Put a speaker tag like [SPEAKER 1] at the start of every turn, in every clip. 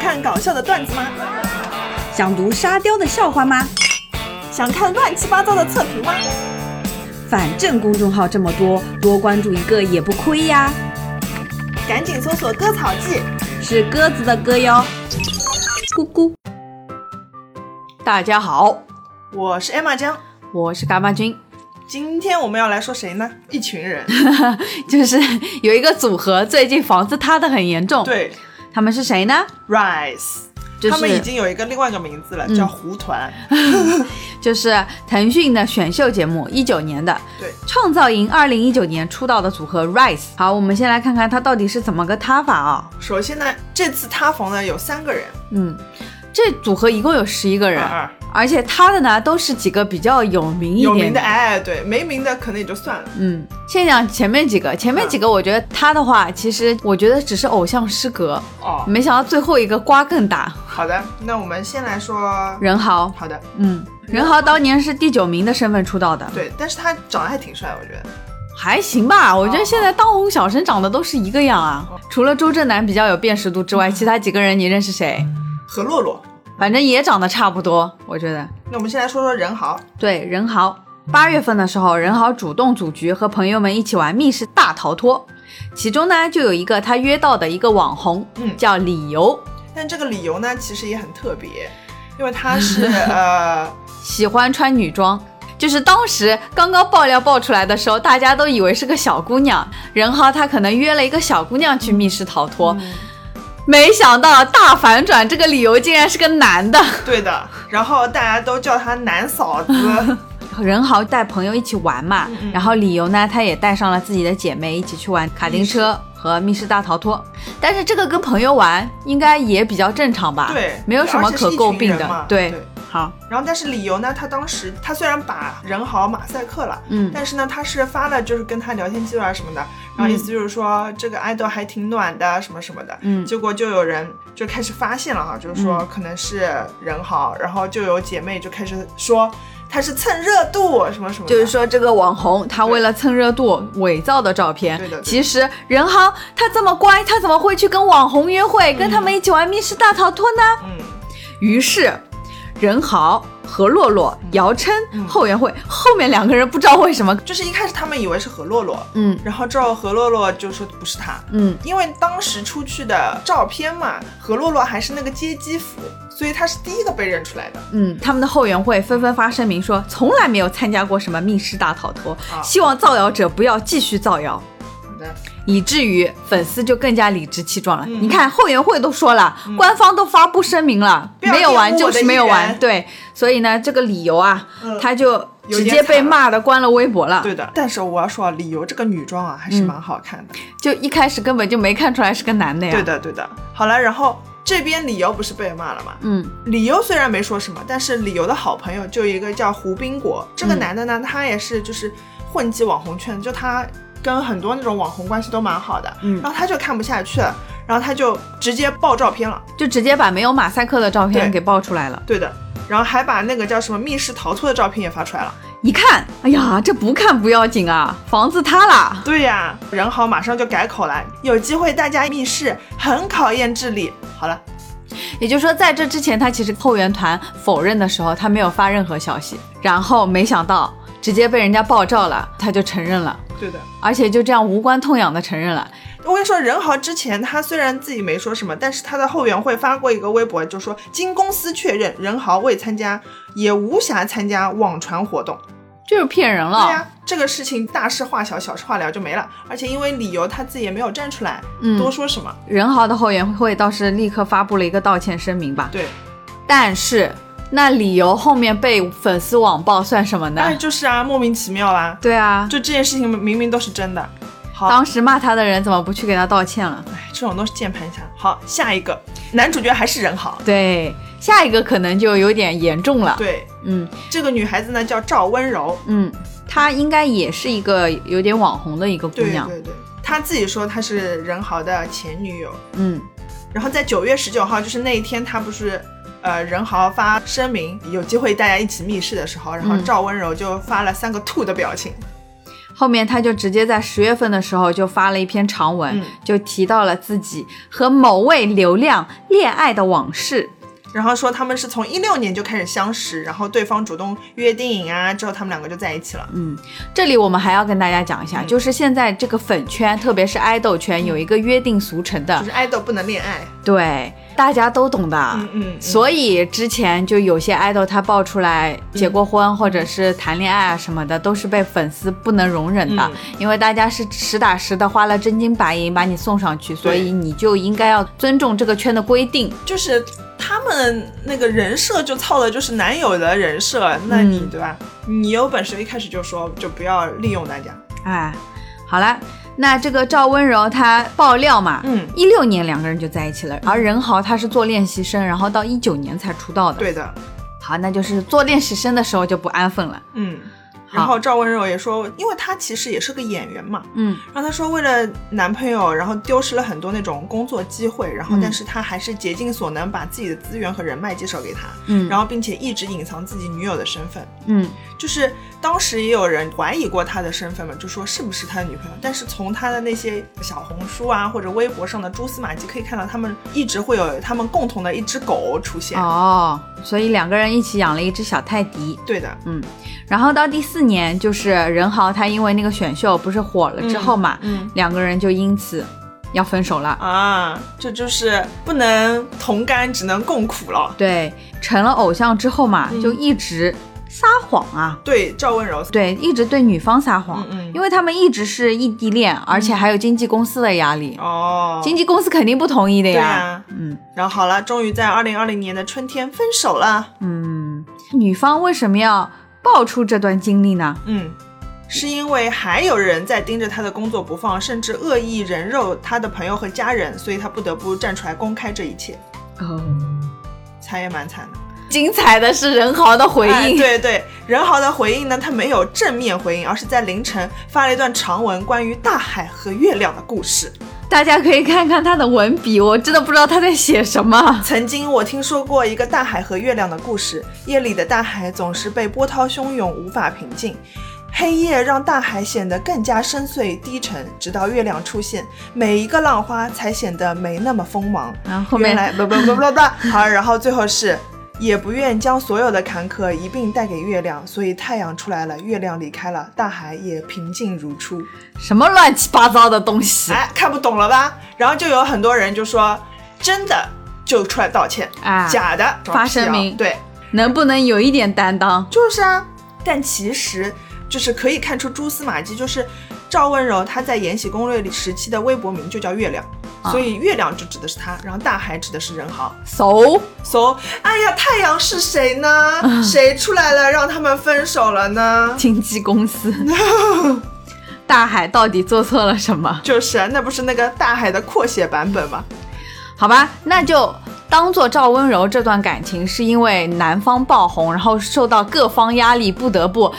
[SPEAKER 1] 看搞笑的段子吗？
[SPEAKER 2] 想读沙雕的笑话吗？
[SPEAKER 1] 想看乱七八糟的测评吗？
[SPEAKER 2] 反正公众号这么多，多关注一个也不亏呀。
[SPEAKER 1] 赶紧搜索“割草记
[SPEAKER 2] 是鸽子的歌哟，咕咕。
[SPEAKER 3] 大家好，”，
[SPEAKER 1] 我是 Emma 江。
[SPEAKER 3] 我是嘎巴君，
[SPEAKER 1] 今天我们要来说谁呢？一群人，
[SPEAKER 3] 就是有一个组合最近房子塌得很严重，，
[SPEAKER 1] 对
[SPEAKER 3] 他们是谁呢？
[SPEAKER 1] ，Rise，、
[SPEAKER 3] 哦就
[SPEAKER 1] 他们已
[SPEAKER 3] 是嗯
[SPEAKER 1] 经有一个另外一个名字了，叫胡团。
[SPEAKER 3] 就是腾讯的选秀节目，一九年的，
[SPEAKER 1] 对，
[SPEAKER 3] 创造营二零一九年出道的组合 Rise。好，我们先来看看它到底是怎么个塌法啊、
[SPEAKER 1] 首先呢，这次塌房呢有三个人，
[SPEAKER 3] 嗯，这组合一共有十一个人，
[SPEAKER 1] 啊
[SPEAKER 3] 而且塌的呢都是几个比较有名一点
[SPEAKER 1] 有名的哎，对，没名的可能也就算了。
[SPEAKER 3] 嗯，先讲前面几个，前面
[SPEAKER 1] 嗯
[SPEAKER 3] 几个我觉得他的话，其实我觉得只是偶像失格，
[SPEAKER 1] 哦，
[SPEAKER 3] 没想到最后一个瓜更大。
[SPEAKER 1] 好的，那我们先来说，
[SPEAKER 3] 任豪，
[SPEAKER 1] 好的，
[SPEAKER 3] 嗯，任豪当年是第九名的身份出道的，
[SPEAKER 1] 对，但是他长得还挺帅，我觉得。
[SPEAKER 3] 还行吧。我觉得现在当红小生长得都是一个样啊，除了周震南比较有辨识度之外，其他几个人你认识谁？
[SPEAKER 1] 何洛洛，
[SPEAKER 3] 反正也长得差不多，我觉得。
[SPEAKER 1] 那我们先来说说任豪，
[SPEAKER 3] 对，任豪。八月份的时候，任豪主动组局和朋友们一起玩密室大逃脱，其中呢就有一个他约到的一个网红，
[SPEAKER 1] 嗯
[SPEAKER 3] 叫李由，
[SPEAKER 1] 但这个理由呢，其实也很特别，因为 他是呃，
[SPEAKER 3] 喜欢穿女装。就是当时刚刚爆料爆出来的时候，大家都以为是个小姑娘，任豪他可能约了一个小姑娘去密室逃脱，没想到大反转，这个理由竟然是个男的。
[SPEAKER 1] 对的，然后大家都叫他男嫂 子，
[SPEAKER 3] 任豪带朋友一起玩嘛，
[SPEAKER 1] 嗯
[SPEAKER 3] 然后理由呢，他也带上了自己的姐妹一起去玩卡丁
[SPEAKER 1] 嗯
[SPEAKER 3] 车和密室大逃脱。但是这个跟朋友玩应该也比较正常吧？
[SPEAKER 1] 对
[SPEAKER 3] 啊没有什么可诟病
[SPEAKER 1] 而且是一群人嘛
[SPEAKER 3] 的。对
[SPEAKER 1] 对，
[SPEAKER 3] 好，
[SPEAKER 1] 然后但是理由呢，他当时他虽然把任豪马赛克了，
[SPEAKER 3] 嗯
[SPEAKER 1] 但是呢，他是发了就是跟他聊天记录啊什么的，然后意思就是说、这个爱豆还挺暖的什么什么的，
[SPEAKER 3] 嗯
[SPEAKER 1] 结果就有人就开始发现了哈，就是说可能是任豪，然后就有姐妹就开始说他是蹭热度什么什么的，
[SPEAKER 3] 就是说这个网红他
[SPEAKER 1] 对
[SPEAKER 3] 为了蹭热度伪造的照片。
[SPEAKER 1] 对的对的
[SPEAKER 3] 其实任豪他这么乖，他怎么会去跟网红约会，跟他们一起玩密室大逃脱呢？
[SPEAKER 1] 嗯，
[SPEAKER 3] 于是，任豪、何洛洛、
[SPEAKER 1] 嗯
[SPEAKER 3] 姚琛、后援会后面两个人不知道为什么，
[SPEAKER 1] 就是一开始他们以为是何洛洛，
[SPEAKER 3] 嗯
[SPEAKER 1] 然后之后何洛洛就说不是他，
[SPEAKER 3] 嗯，
[SPEAKER 1] 因为当时出去的照片嘛，何洛洛还是那个街机服，所以他是第一个被认出来的。
[SPEAKER 3] 嗯，他们的后援会纷纷发声明说，从来没有参加过什么密室大逃脱，
[SPEAKER 1] 啊
[SPEAKER 3] 希望造谣者不要继续造谣，
[SPEAKER 1] 好的，
[SPEAKER 3] 以至于粉丝就更加理直气壮了。
[SPEAKER 1] 嗯
[SPEAKER 3] 你看，后援会都说了，官方都发布声明了，
[SPEAKER 1] 不要
[SPEAKER 3] 没有玩就是没有
[SPEAKER 1] 玷污我的艺
[SPEAKER 3] 玩，
[SPEAKER 1] 人
[SPEAKER 3] 对，所以呢，这个理由啊，
[SPEAKER 1] 嗯
[SPEAKER 3] 他就
[SPEAKER 1] 有
[SPEAKER 3] 直
[SPEAKER 1] 点
[SPEAKER 3] 接被
[SPEAKER 1] 惨了
[SPEAKER 3] 骂的关了微博了。
[SPEAKER 1] 对的。但是我要说啊，理由这个女装啊还是蛮好看的。
[SPEAKER 3] 就一开始根本就没看出来是个男的呀。
[SPEAKER 1] 对，的，对的。好了，然后这边理由不是被骂了吗？
[SPEAKER 3] 嗯。
[SPEAKER 1] 理由虽然没说什么，但是理由的好朋友就有一个叫胡冰国，这个男的呢，他也是就是混迹网红圈，就他跟很多那种网红关系都蛮好的，
[SPEAKER 3] 嗯
[SPEAKER 1] 然后他就看不下去了，然后他就直接爆照片了，
[SPEAKER 3] 就直接把没有马赛克的照片
[SPEAKER 1] 对
[SPEAKER 3] 给爆出来了。
[SPEAKER 1] 对的，然后还把那个叫什么密室逃脱的照片也发出来了，
[SPEAKER 3] 一看，哎呀，这不看不要紧啊，房子塌了。
[SPEAKER 1] 对呀、任豪马上就改口了，有机会大家密室很考验智力，好了，
[SPEAKER 3] 也就是说，在这之前，他其实后援团否认的时候，他没有发任何消息，然后没想到直接被人家爆照了，他就承认了，
[SPEAKER 1] 对的。
[SPEAKER 3] 而且就这样无关痛痒的承认了。
[SPEAKER 1] 我跟你说，任豪之前他虽然自己没说什么，但是他的后援会发过一个微博，就说经公司确认，任豪未参加，也无暇参加网传活动。
[SPEAKER 3] 就是骗人
[SPEAKER 1] 对啊
[SPEAKER 3] 了，
[SPEAKER 1] 呀、这个事情大事化小，小事化了就没了。而且因为理由他自己也没有站出来，
[SPEAKER 3] 嗯
[SPEAKER 1] 多说什么。
[SPEAKER 3] 任豪的后援会倒是立刻发布了一个道歉声明吧，
[SPEAKER 1] 对，
[SPEAKER 3] 但是那理由后面被粉丝网暴算什么呢？
[SPEAKER 1] 当然就是啊，莫名其妙啦、
[SPEAKER 3] 对啊，
[SPEAKER 1] 就这件事情明明都是真的。好，
[SPEAKER 3] 当时骂他的人怎么不去给他道歉了？
[SPEAKER 1] 哎，这种都是键盘侠。好，下一个男主角还是任豪。
[SPEAKER 3] 对，下一个可能就有点严重了。
[SPEAKER 1] 对，
[SPEAKER 3] 嗯
[SPEAKER 1] 这个女孩子呢叫赵温柔，
[SPEAKER 3] 嗯，她应该也是一个有点网红的一个姑
[SPEAKER 1] 对
[SPEAKER 3] 娘。
[SPEAKER 1] 对对，她自己说她是任豪的前女友。
[SPEAKER 3] 嗯，
[SPEAKER 1] 然后在九月十九号，就是那一天，他不是呃任豪发声明，有机会大家一起密室的时候，然后
[SPEAKER 3] 嗯
[SPEAKER 1] 赵温柔就发了三个吐的表情，
[SPEAKER 3] 后面他就直接在十月份的时候就发了一篇长文，
[SPEAKER 1] 嗯
[SPEAKER 3] 就提到了自己和某位流量恋爱的往事。
[SPEAKER 1] 然后说他们是从一六年就开始相识，然后对方主动约定啊，之后他们两个就在一起了。
[SPEAKER 3] 这里我们还要跟大家讲一
[SPEAKER 1] 嗯
[SPEAKER 3] 下，就是现在这个粉圈，特别是爱豆圈，有一个约定俗成的
[SPEAKER 1] 就，是爱豆不能恋爱，
[SPEAKER 3] 对，大家都懂的。
[SPEAKER 1] 嗯嗯，
[SPEAKER 3] 所以之前就有些爱豆他爆出来结过婚或者是谈恋爱啊什么的，都是被粉丝不能容忍的，
[SPEAKER 1] 嗯
[SPEAKER 3] 因为大家是实打实的花了真金白银把你送上去，所以你就应该要尊重这个圈的规定。
[SPEAKER 1] 就是他们那个人设就操的就是男友的人设，那你、对吧？你有本事一开始就说，就不要利用大家。
[SPEAKER 3] 哎，好啦，那这个赵温柔她爆料嘛，
[SPEAKER 1] 嗯
[SPEAKER 3] 一六年两个人就在一起了，而任豪他是做练习生，然后到一九年才出道的。，
[SPEAKER 1] 对的，
[SPEAKER 3] 好，那就是做练习生的时候就不安分了。
[SPEAKER 1] 嗯。
[SPEAKER 3] 好
[SPEAKER 1] 然后赵温柔也说，因为她其实也是个演员嘛，
[SPEAKER 3] 嗯，
[SPEAKER 1] 然后她说为了男朋友，然后丢失了很多那种工作机会，然后
[SPEAKER 3] 嗯
[SPEAKER 1] 但是她还是竭尽所能把自己的资源和人脉介绍给他，
[SPEAKER 3] 嗯
[SPEAKER 1] 然后并且一直隐藏自己女友的身份，
[SPEAKER 3] 嗯，
[SPEAKER 1] 就是当时也有人怀疑过他的身份嘛，就说是不是他的女朋友。但是从他的那些小红书啊或者微博上的蛛丝马迹可以看到，他们一直会有他们共同的一只狗出现。
[SPEAKER 3] 哦，所以两个人一起养了一只小泰迪。
[SPEAKER 1] 对的，
[SPEAKER 3] 嗯，然后到第四年，就是任豪他因为那个选秀不是火了之后嘛，
[SPEAKER 1] 嗯
[SPEAKER 3] 两个人就因此要分手了。
[SPEAKER 1] 啊，这就是不能同甘，只能共苦了。
[SPEAKER 3] 对，成了偶像之后嘛，
[SPEAKER 1] 嗯
[SPEAKER 3] 就一直撒谎啊，
[SPEAKER 1] 对，赵温柔，
[SPEAKER 3] 对，一直对女方撒谎，
[SPEAKER 1] 嗯嗯
[SPEAKER 3] 因为他们一直是异地恋，而且还有经纪公司的压力，
[SPEAKER 1] 哦，
[SPEAKER 3] 经纪公司肯定不同意的
[SPEAKER 1] 对
[SPEAKER 3] 嗯呀。
[SPEAKER 1] 啊。
[SPEAKER 3] 嗯
[SPEAKER 1] 然后好了，终于在二零二零年的春天分手了。
[SPEAKER 3] 嗯，女方为什么要爆出这段经历呢？
[SPEAKER 1] 嗯，是因为还有人在盯着他的工作不放，甚至恶意人肉他的朋友和家人，所以他不得不站出来公开这一切。
[SPEAKER 3] 哦，
[SPEAKER 1] 惨也蛮惨的。
[SPEAKER 3] 精彩的是任豪的回应。
[SPEAKER 1] 哎对对，任豪的回应呢，他没有正面回应，而是在凌晨发了一段长文，关于大海和月亮的故事。
[SPEAKER 3] 大家可以看看他的文笔，我真的不知道他在写什么。
[SPEAKER 1] 曾经我听说过一个大海和月亮的故事，夜里的大海总是被波涛汹涌，无法平静。黑夜让大海显得更加深邃低沉，直到月亮出现，每一个浪花才显得没那么锋芒。
[SPEAKER 3] 然啊后后
[SPEAKER 1] 原
[SPEAKER 3] 面
[SPEAKER 1] 来不不不不不，好，然后最后是也不愿将所有的坎坷一并带给月亮，所以太阳出来了，月亮离开了，大海也平静如初。
[SPEAKER 3] 什么乱七八糟的东西？
[SPEAKER 1] 哎，看不懂了吧？然后就有很多人就说，真的就出来道歉，
[SPEAKER 3] 啊
[SPEAKER 1] 假的
[SPEAKER 3] 发声明
[SPEAKER 1] 辟谣对，
[SPEAKER 3] 能不能有一点担当？
[SPEAKER 1] 就是啊。但其实就是可以看出蛛丝马迹，就是赵温柔她在《延禧攻略》里时期的微博名就叫月亮，
[SPEAKER 3] 啊
[SPEAKER 1] 所以月亮就指的是她，然后大海指的是任豪。
[SPEAKER 3] 手、
[SPEAKER 1] so，哎呀，太阳是谁
[SPEAKER 3] 嗯
[SPEAKER 1] 呢？谁出来了，让他们分手了呢？
[SPEAKER 3] 经纪公司。 大海到底做错了什么？
[SPEAKER 1] 就是，啊那不是那个大海的扩写版本吗？
[SPEAKER 3] 好吧，那就当做赵温柔这段感情是因为男方爆红，然后受到各方压力，不得不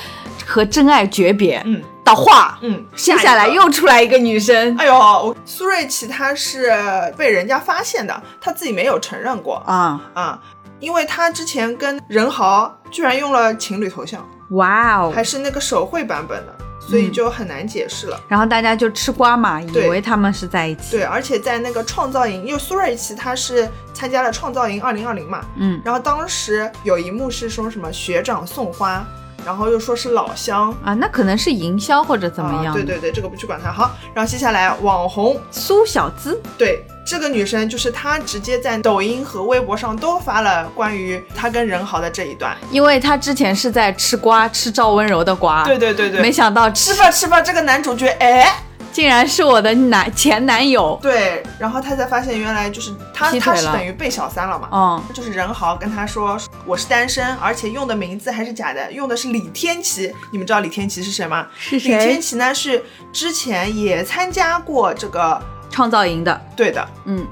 [SPEAKER 3] 和真爱诀别
[SPEAKER 1] 嗯
[SPEAKER 3] 的话。
[SPEAKER 1] 嗯，
[SPEAKER 3] 接下来
[SPEAKER 1] 一个。
[SPEAKER 3] 又出来一个女生
[SPEAKER 1] 哎呦，我苏芮琪她是被人家发现的，她自己没有承认过
[SPEAKER 3] 啊！
[SPEAKER 1] 啊，因为她之前跟任豪居然用了情侣头像，
[SPEAKER 3] 哇哦！
[SPEAKER 1] 还是那个手绘版本的，所
[SPEAKER 3] 嗯
[SPEAKER 1] 以就很难解释了。
[SPEAKER 3] 然后大家就吃瓜嘛，以
[SPEAKER 1] 对
[SPEAKER 3] 为他们是在一起。
[SPEAKER 1] 对，而且在那个创造营，因为苏芮琪她是参加了创造营二零二零嘛，
[SPEAKER 3] 嗯，
[SPEAKER 1] 然后当时有一幕是说什么学长送花，然后又说是老乡。
[SPEAKER 3] 啊，那可能是营销或者怎么样、
[SPEAKER 1] 啊？对，对对，这个不去管它。好，然后接下来网红，
[SPEAKER 3] 苏小资，
[SPEAKER 1] 对这个女生，就是她直接在抖音和微博上都发了关于她跟任豪的这一段。
[SPEAKER 3] 因为她之前是在吃瓜，吃赵温柔的瓜，
[SPEAKER 1] 对对对对，
[SPEAKER 3] 啊没想到
[SPEAKER 1] 吃
[SPEAKER 3] 吃
[SPEAKER 1] 吧吃吧，这个男主角哎，
[SPEAKER 3] 竟然是我的男前男友。
[SPEAKER 1] 对，然后她才发现原来就是她，
[SPEAKER 3] 劈腿
[SPEAKER 1] 她是
[SPEAKER 3] 了
[SPEAKER 1] 等于被小三了嘛。
[SPEAKER 3] 嗯，
[SPEAKER 1] 就是任豪跟她说我是单身，而且用的名字还是假的，用的是李天琪。你们知道李天琪是谁吗？
[SPEAKER 3] 是
[SPEAKER 1] 李天？琪呢是之前也参加过这个，
[SPEAKER 3] 创造营的，
[SPEAKER 1] 对的，
[SPEAKER 3] 嗯，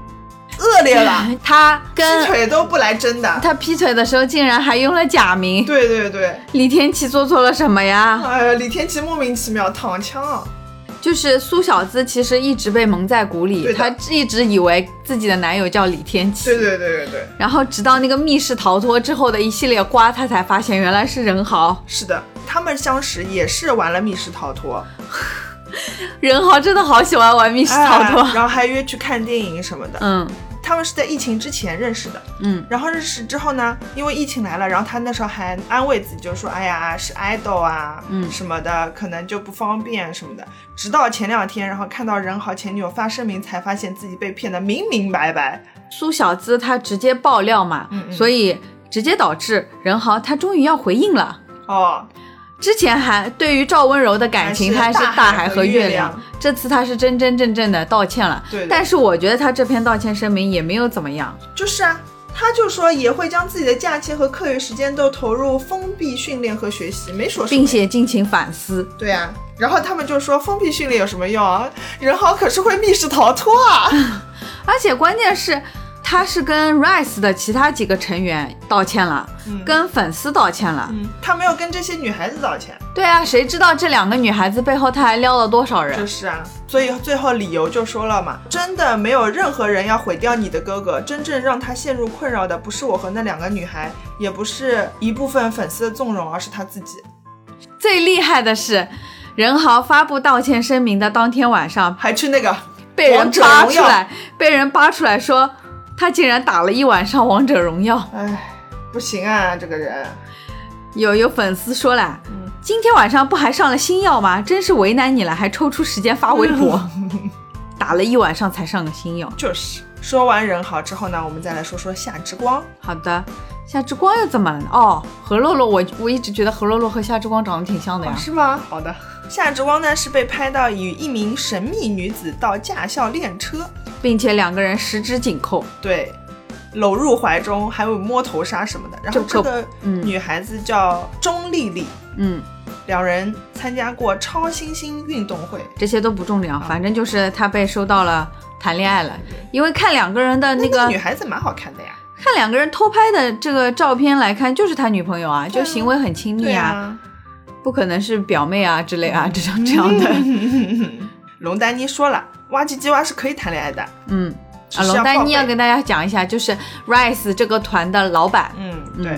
[SPEAKER 1] 恶劣了，
[SPEAKER 3] 他
[SPEAKER 1] 劈
[SPEAKER 3] 跟
[SPEAKER 1] 腿都不来真的。
[SPEAKER 3] 他劈腿的时候竟然还用了假名。
[SPEAKER 1] 对对对，
[SPEAKER 3] 李天琪做错了什么呀？
[SPEAKER 1] 哎呀，李天琪莫名其妙躺枪啊！
[SPEAKER 3] 就是苏小资其实一直被蒙在鼓里，
[SPEAKER 1] 对的
[SPEAKER 3] 她一直以为自己的男友叫李天琪。
[SPEAKER 1] 对对对对对，
[SPEAKER 3] 然后直到那个密室逃脱之后的一系列瓜，他才发现原来是任豪。
[SPEAKER 1] 是的。他们相识也是玩了密室逃脱，
[SPEAKER 3] 任豪真的好喜欢玩密室逃脱。
[SPEAKER 1] 哎然后还约去看电影什么的。
[SPEAKER 3] 嗯
[SPEAKER 1] 他们是在疫情之前认识的，
[SPEAKER 3] 嗯
[SPEAKER 1] 然后认识之后呢，因为疫情来了，然后他那时候还安慰自己，就说：“哎呀，是 idol 啊，
[SPEAKER 3] 嗯
[SPEAKER 1] 什么的，可能就不方便什么的。”直到前两天，然后看到任豪前女友发声明，才发现自己被骗的明明白白。
[SPEAKER 3] 苏小资她直接爆料嘛，
[SPEAKER 1] 嗯嗯
[SPEAKER 3] 所以直接导致任豪他终于要回应了。
[SPEAKER 1] 哦，
[SPEAKER 3] 之前还对于赵温柔的感情，他
[SPEAKER 1] 还
[SPEAKER 3] 是
[SPEAKER 1] 是
[SPEAKER 3] 大
[SPEAKER 1] 大
[SPEAKER 3] 海
[SPEAKER 1] 海
[SPEAKER 3] 和
[SPEAKER 1] 和
[SPEAKER 3] 月
[SPEAKER 1] 月亮
[SPEAKER 3] 亮，这次他是真真正正的道歉了。
[SPEAKER 1] 对的
[SPEAKER 3] 但是我觉得他这篇道歉声明也没有怎么样。
[SPEAKER 1] 就是啊，他就说也会将自己的假期和课余时间都投入封闭训练和学习，没说什么
[SPEAKER 3] 并且进行反思。
[SPEAKER 1] 对啊。然后他们就说封闭训练有什么用啊？任豪可是会密室逃脱啊！
[SPEAKER 3] 而且关键是，他是跟 Rice 的其他几个成员道歉了，
[SPEAKER 1] 嗯
[SPEAKER 3] 跟粉丝道歉了。
[SPEAKER 1] 嗯，他没有跟这些女孩子道歉。
[SPEAKER 3] 对啊，谁知道这两个女孩子背后他还撩了多少
[SPEAKER 1] 就
[SPEAKER 3] 人？
[SPEAKER 1] 是啊，所以最后理由就说了嘛，真的没有任何人要毁掉你的哥哥，真正让他陷入困扰的不是我和那两个女孩，也不是一部分粉丝的纵容，而是他自己，
[SPEAKER 3] 最厉害的是，任豪发布道歉声明的当天晚上，
[SPEAKER 1] 还去那个
[SPEAKER 3] 被人
[SPEAKER 1] 王者
[SPEAKER 3] 扒
[SPEAKER 1] 荣
[SPEAKER 3] 出
[SPEAKER 1] 耀
[SPEAKER 3] 来，被人扒出来说他竟然打了一晚上王者荣耀。
[SPEAKER 1] 哎，不行啊，这个人，
[SPEAKER 3] 有有粉丝说了，
[SPEAKER 1] 嗯
[SPEAKER 3] 今天晚上不还上了新药吗？真是为难你了，还抽出时间发微 博。打了一晚上才上个新药。
[SPEAKER 1] 就是。说完人好之后呢，我们再来说说夏之光。
[SPEAKER 3] 好的，夏之光又怎么了呢？哦，何洛洛，我我一直觉得何洛洛和夏之光长得挺像的呀。
[SPEAKER 1] 哦是吗？啊好的。夏之光呢是被拍到与一名神秘女子到驾校练车，
[SPEAKER 3] 并且两个人十指紧扣，
[SPEAKER 1] 对，搂入怀中，还有摸头杀什么的。然后
[SPEAKER 3] 这
[SPEAKER 1] 这
[SPEAKER 3] 个
[SPEAKER 1] 个
[SPEAKER 3] 嗯
[SPEAKER 1] 女孩子叫钟丽丽，
[SPEAKER 3] 嗯，
[SPEAKER 1] 两人参加过超新星运动会。
[SPEAKER 3] 这些都不重
[SPEAKER 1] 嗯
[SPEAKER 3] 要，反正就是他被收到了谈恋爱了，因为看两个人的那个
[SPEAKER 1] 女孩子蛮好看的呀，
[SPEAKER 3] 看两个人偷拍的这个照片来看，就是他女朋友啊，
[SPEAKER 1] 对
[SPEAKER 3] 就
[SPEAKER 1] 啊
[SPEAKER 3] 行为很亲密
[SPEAKER 1] 对
[SPEAKER 3] 啊，
[SPEAKER 1] 啊。嗯
[SPEAKER 3] 不可能是表妹啊之类啊这种 这样的，
[SPEAKER 1] 龙丹妮说了，哇唧唧哇是可以谈恋爱的，
[SPEAKER 3] 嗯。
[SPEAKER 1] 只
[SPEAKER 3] 啊，
[SPEAKER 1] 是
[SPEAKER 3] 龙
[SPEAKER 1] 报
[SPEAKER 3] 丹妮
[SPEAKER 1] 备
[SPEAKER 3] 要跟大家讲一下，就是 Rice 这个团的老板
[SPEAKER 1] 嗯
[SPEAKER 3] 嗯
[SPEAKER 1] 对。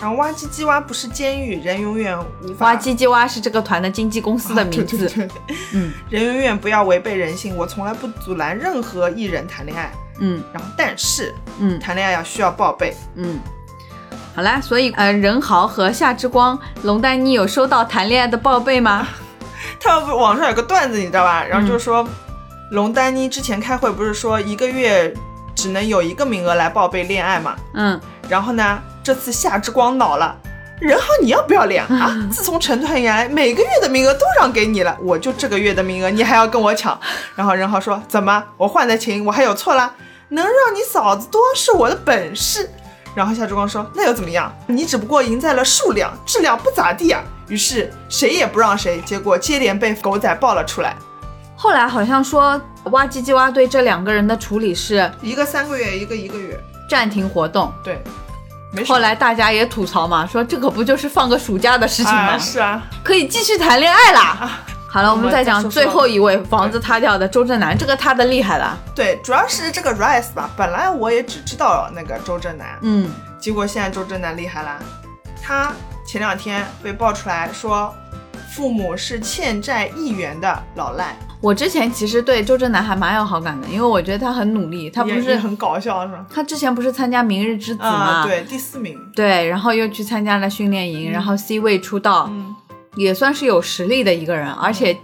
[SPEAKER 1] 然后哇唧唧哇不是监狱，人永远无法
[SPEAKER 3] 哇 唧唧哇是这个团的经纪公司的名字，
[SPEAKER 1] 啊对对对
[SPEAKER 3] 嗯
[SPEAKER 1] 人永远不要违背人性，我从来不阻拦任何艺人谈恋爱。
[SPEAKER 3] 嗯
[SPEAKER 1] 然后但是
[SPEAKER 3] 嗯，
[SPEAKER 1] 谈恋爱要需要报备，
[SPEAKER 3] 嗯，好啦，所以呃，任豪和夏之光、龙丹妮有收到谈恋爱的报 备吗？
[SPEAKER 1] 他们网上有个段子，你知道吧？然后就说，龙丹妮之前开会不是说一个月只能有一个名额来报备恋爱嘛？
[SPEAKER 3] 嗯，
[SPEAKER 1] 然后呢，这次夏之光恼了。任豪，你要不要脸啊？
[SPEAKER 3] 嗯
[SPEAKER 1] 自从成团以来，每个月的名额都让给你了，我就这个月的名额，你还要跟我抢？然后任豪说：“怎么，我换的勤，我还有错啦？能让你嫂子多是我的本事。”然后夏之光说：“那又怎么样？你只不过赢在了数量，质量不咋地呀、于是谁也不让谁，结果接连被狗仔爆了出来，
[SPEAKER 3] 后来好像说哇唧唧哇对这两个人的处理是
[SPEAKER 1] 一个三个月，一个一个月。
[SPEAKER 3] 暂停活动。
[SPEAKER 1] 对，没什么
[SPEAKER 3] 后来大家也吐槽嘛，说这可不就是放个暑假的事情吗？
[SPEAKER 1] 啊，是啊，
[SPEAKER 3] 可以继续谈恋爱啦。好了，我
[SPEAKER 1] 我
[SPEAKER 3] 们
[SPEAKER 1] 们
[SPEAKER 3] 再
[SPEAKER 1] 再
[SPEAKER 3] 讲
[SPEAKER 1] 说说
[SPEAKER 3] 最后一位房子塌掉的周震南，这个塌的厉害了。
[SPEAKER 1] 对，主要是这个 Rise 吧，本来我也只知道那个周震南，
[SPEAKER 3] 嗯，
[SPEAKER 1] 结果现在周震南厉害啦，他前两天被爆出来说，父母是欠债一元的老赖，
[SPEAKER 3] 我之前其实对周震南还蛮有好感的，因为我觉得他很努力，他不
[SPEAKER 1] 也
[SPEAKER 3] 是
[SPEAKER 1] 也很搞笑是吧？
[SPEAKER 3] 他之前不是参加《明日之子》
[SPEAKER 1] 啊、
[SPEAKER 3] 嘛，
[SPEAKER 1] 对，第四名，
[SPEAKER 3] 对，然后又去参加了训练营，然后 C 位出道，
[SPEAKER 1] 嗯，
[SPEAKER 3] 也算是有实力的一个人。而且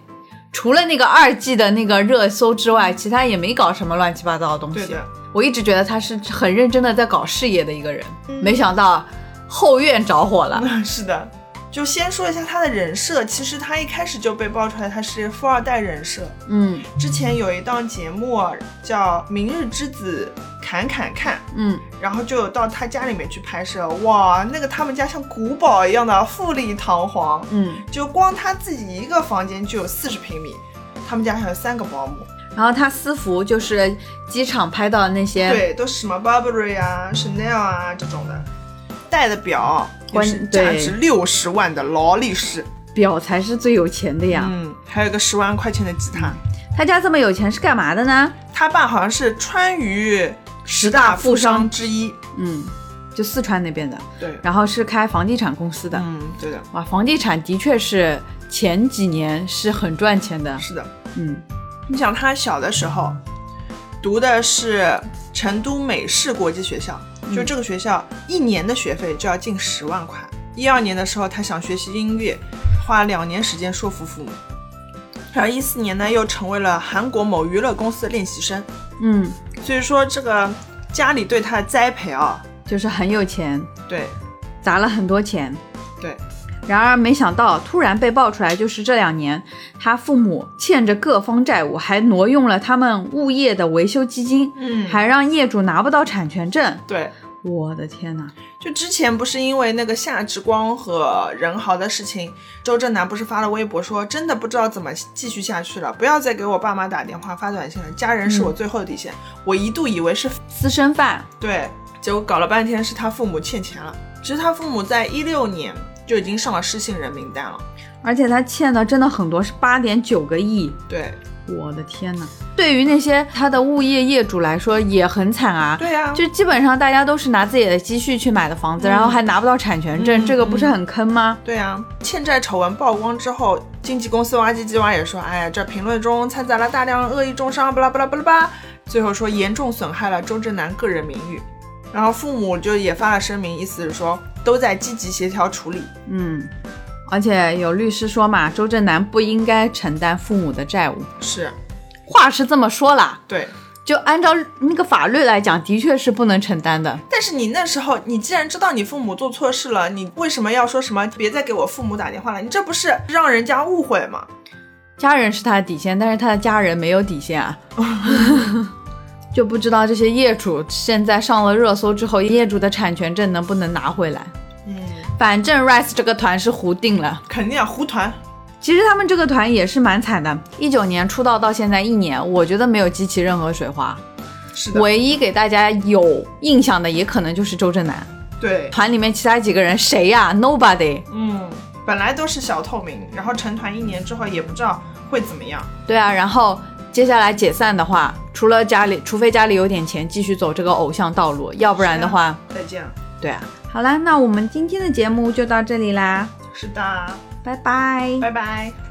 [SPEAKER 3] 除了那个二季的那个热搜之外，其他也没搞什么乱七八糟的东
[SPEAKER 1] 嗯对
[SPEAKER 3] 西
[SPEAKER 1] 的。
[SPEAKER 3] 我一直觉得他是很认真的在搞事业的一个人，没想到后院着火了。
[SPEAKER 1] 嗯， 是的。就先说一下他的人设，其实他一开始就被爆出来他是富二代人设。
[SPEAKER 3] 嗯
[SPEAKER 1] 之前有一档节目叫《明日之子侃侃看》，
[SPEAKER 3] 嗯，
[SPEAKER 1] 然后就有到他家里面去拍摄，哇，那个他们家像古堡一样的富丽堂皇，
[SPEAKER 3] 嗯，
[SPEAKER 1] 就光他自己一个房间就有四十平米，他们家还有三个保姆，
[SPEAKER 3] 然后他私服就是机场拍到的那些，
[SPEAKER 1] 对，都是什么 Burberry 啊、Chanel 啊这种的，戴的表也
[SPEAKER 3] 关
[SPEAKER 1] 是价
[SPEAKER 3] 对
[SPEAKER 1] 值六十万的劳力士，
[SPEAKER 3] 表才是最有钱的呀。
[SPEAKER 1] 嗯，还有一个十万块钱的吉他，
[SPEAKER 3] 他家这么有钱是干嘛的呢？
[SPEAKER 1] 他爸好像是川渝十大
[SPEAKER 3] 富
[SPEAKER 1] 富
[SPEAKER 3] 商
[SPEAKER 1] 商之一，
[SPEAKER 3] 嗯，就四川那边的，
[SPEAKER 1] 对，
[SPEAKER 3] 然后是开房地产公司的。
[SPEAKER 1] 嗯，对的，
[SPEAKER 3] 哇，房地产的确是前几年是很赚钱的。
[SPEAKER 1] 是的。
[SPEAKER 3] 嗯，
[SPEAKER 1] 你想他小的时候读的是成都美式国际学校，就这个学校一年的学费就要近十万块。一二年的时候，他想学习音乐，花两年时间说服父母。然后一四年呢，又成为了韩国某娱乐公司的练习生。
[SPEAKER 3] 嗯，
[SPEAKER 1] 所以说，这个家里对他的栽培啊，
[SPEAKER 3] 就是很有钱，
[SPEAKER 1] 对
[SPEAKER 3] 砸了很多钱。
[SPEAKER 1] 对，
[SPEAKER 3] 然而没想到，突然被爆出来，就是这两年他父母欠着各方债务，还挪用了他们物业的维修基金，
[SPEAKER 1] 嗯
[SPEAKER 3] 还让业主拿不到产权证。
[SPEAKER 1] 对，
[SPEAKER 3] 我的天哪！
[SPEAKER 1] 就之前不是因为那个夏之光和任豪的事情，周震南不是发了微博说，真的不知道怎么继续下去了，不要再给我爸妈打电话发短信了，家人是我最后的底线。我一度以为是
[SPEAKER 3] 私生饭，
[SPEAKER 1] 对，结果搞了半天是他父母欠钱了。其实他父母在一六年就已经上了失信人名单了。
[SPEAKER 3] 而且他欠的真的很多，是八点九个亿。
[SPEAKER 1] 对，
[SPEAKER 3] 我的天哪！对于那些他的物业业主来说也很惨啊。
[SPEAKER 1] 对啊，
[SPEAKER 3] 就基本上大家都是拿自己的积蓄去买的房子，
[SPEAKER 1] 嗯
[SPEAKER 3] 然后还拿不到产权证，
[SPEAKER 1] 嗯
[SPEAKER 3] 这个不是很坑吗？
[SPEAKER 1] 对啊，欠债丑闻曝光之后，经纪公司挖机鸡蛙也说，哎呀，这评论中掺杂了大量恶意中伤，巴拉巴拉巴拉巴拉，最后说严重损害了周震南个人名誉。然后父母就也发了声明，意思是说都在积极协调处理。
[SPEAKER 3] 嗯，而且有律师说嘛，周震南不应该承担父母的债务。
[SPEAKER 1] 是
[SPEAKER 3] 话是这么说啦，
[SPEAKER 1] 对，
[SPEAKER 3] 就按照那个法律来讲，的确是不能承担的。
[SPEAKER 1] 但是你那时候，你既然知道你父母做错事了，你为什么要说什么别再给我父母打电话了？你这不是让人家误会吗？
[SPEAKER 3] 家人是他的底线，但是他的家人没有底 线啊。就不知道这些业主现在上了热搜之后，业主的产权证能不能拿回来？
[SPEAKER 1] 嗯，
[SPEAKER 3] 反正 Rise 这个团是糊定了。
[SPEAKER 1] 肯定啊，胡团。
[SPEAKER 3] 其实他们这个团也是蛮惨的，一九年出道到现在一年，我觉得没有激起任何水花。
[SPEAKER 1] 是的，
[SPEAKER 3] 唯一给大家有印象的，也可能就是周震南。
[SPEAKER 1] 对，
[SPEAKER 3] 团里面其他几个人谁呀、n o b o d y
[SPEAKER 1] 嗯，本来都是小透明，然后成团一年之后也不知道会怎么样。
[SPEAKER 3] 对啊，然后接下来解散的话，除了家里，除非家里有点钱继续走这个偶像道路，要不然的话，
[SPEAKER 1] 再见。
[SPEAKER 3] 对啊。好啦，那我们今天的节目就到这里啦，
[SPEAKER 1] 是的，
[SPEAKER 3] 拜拜
[SPEAKER 1] 拜拜。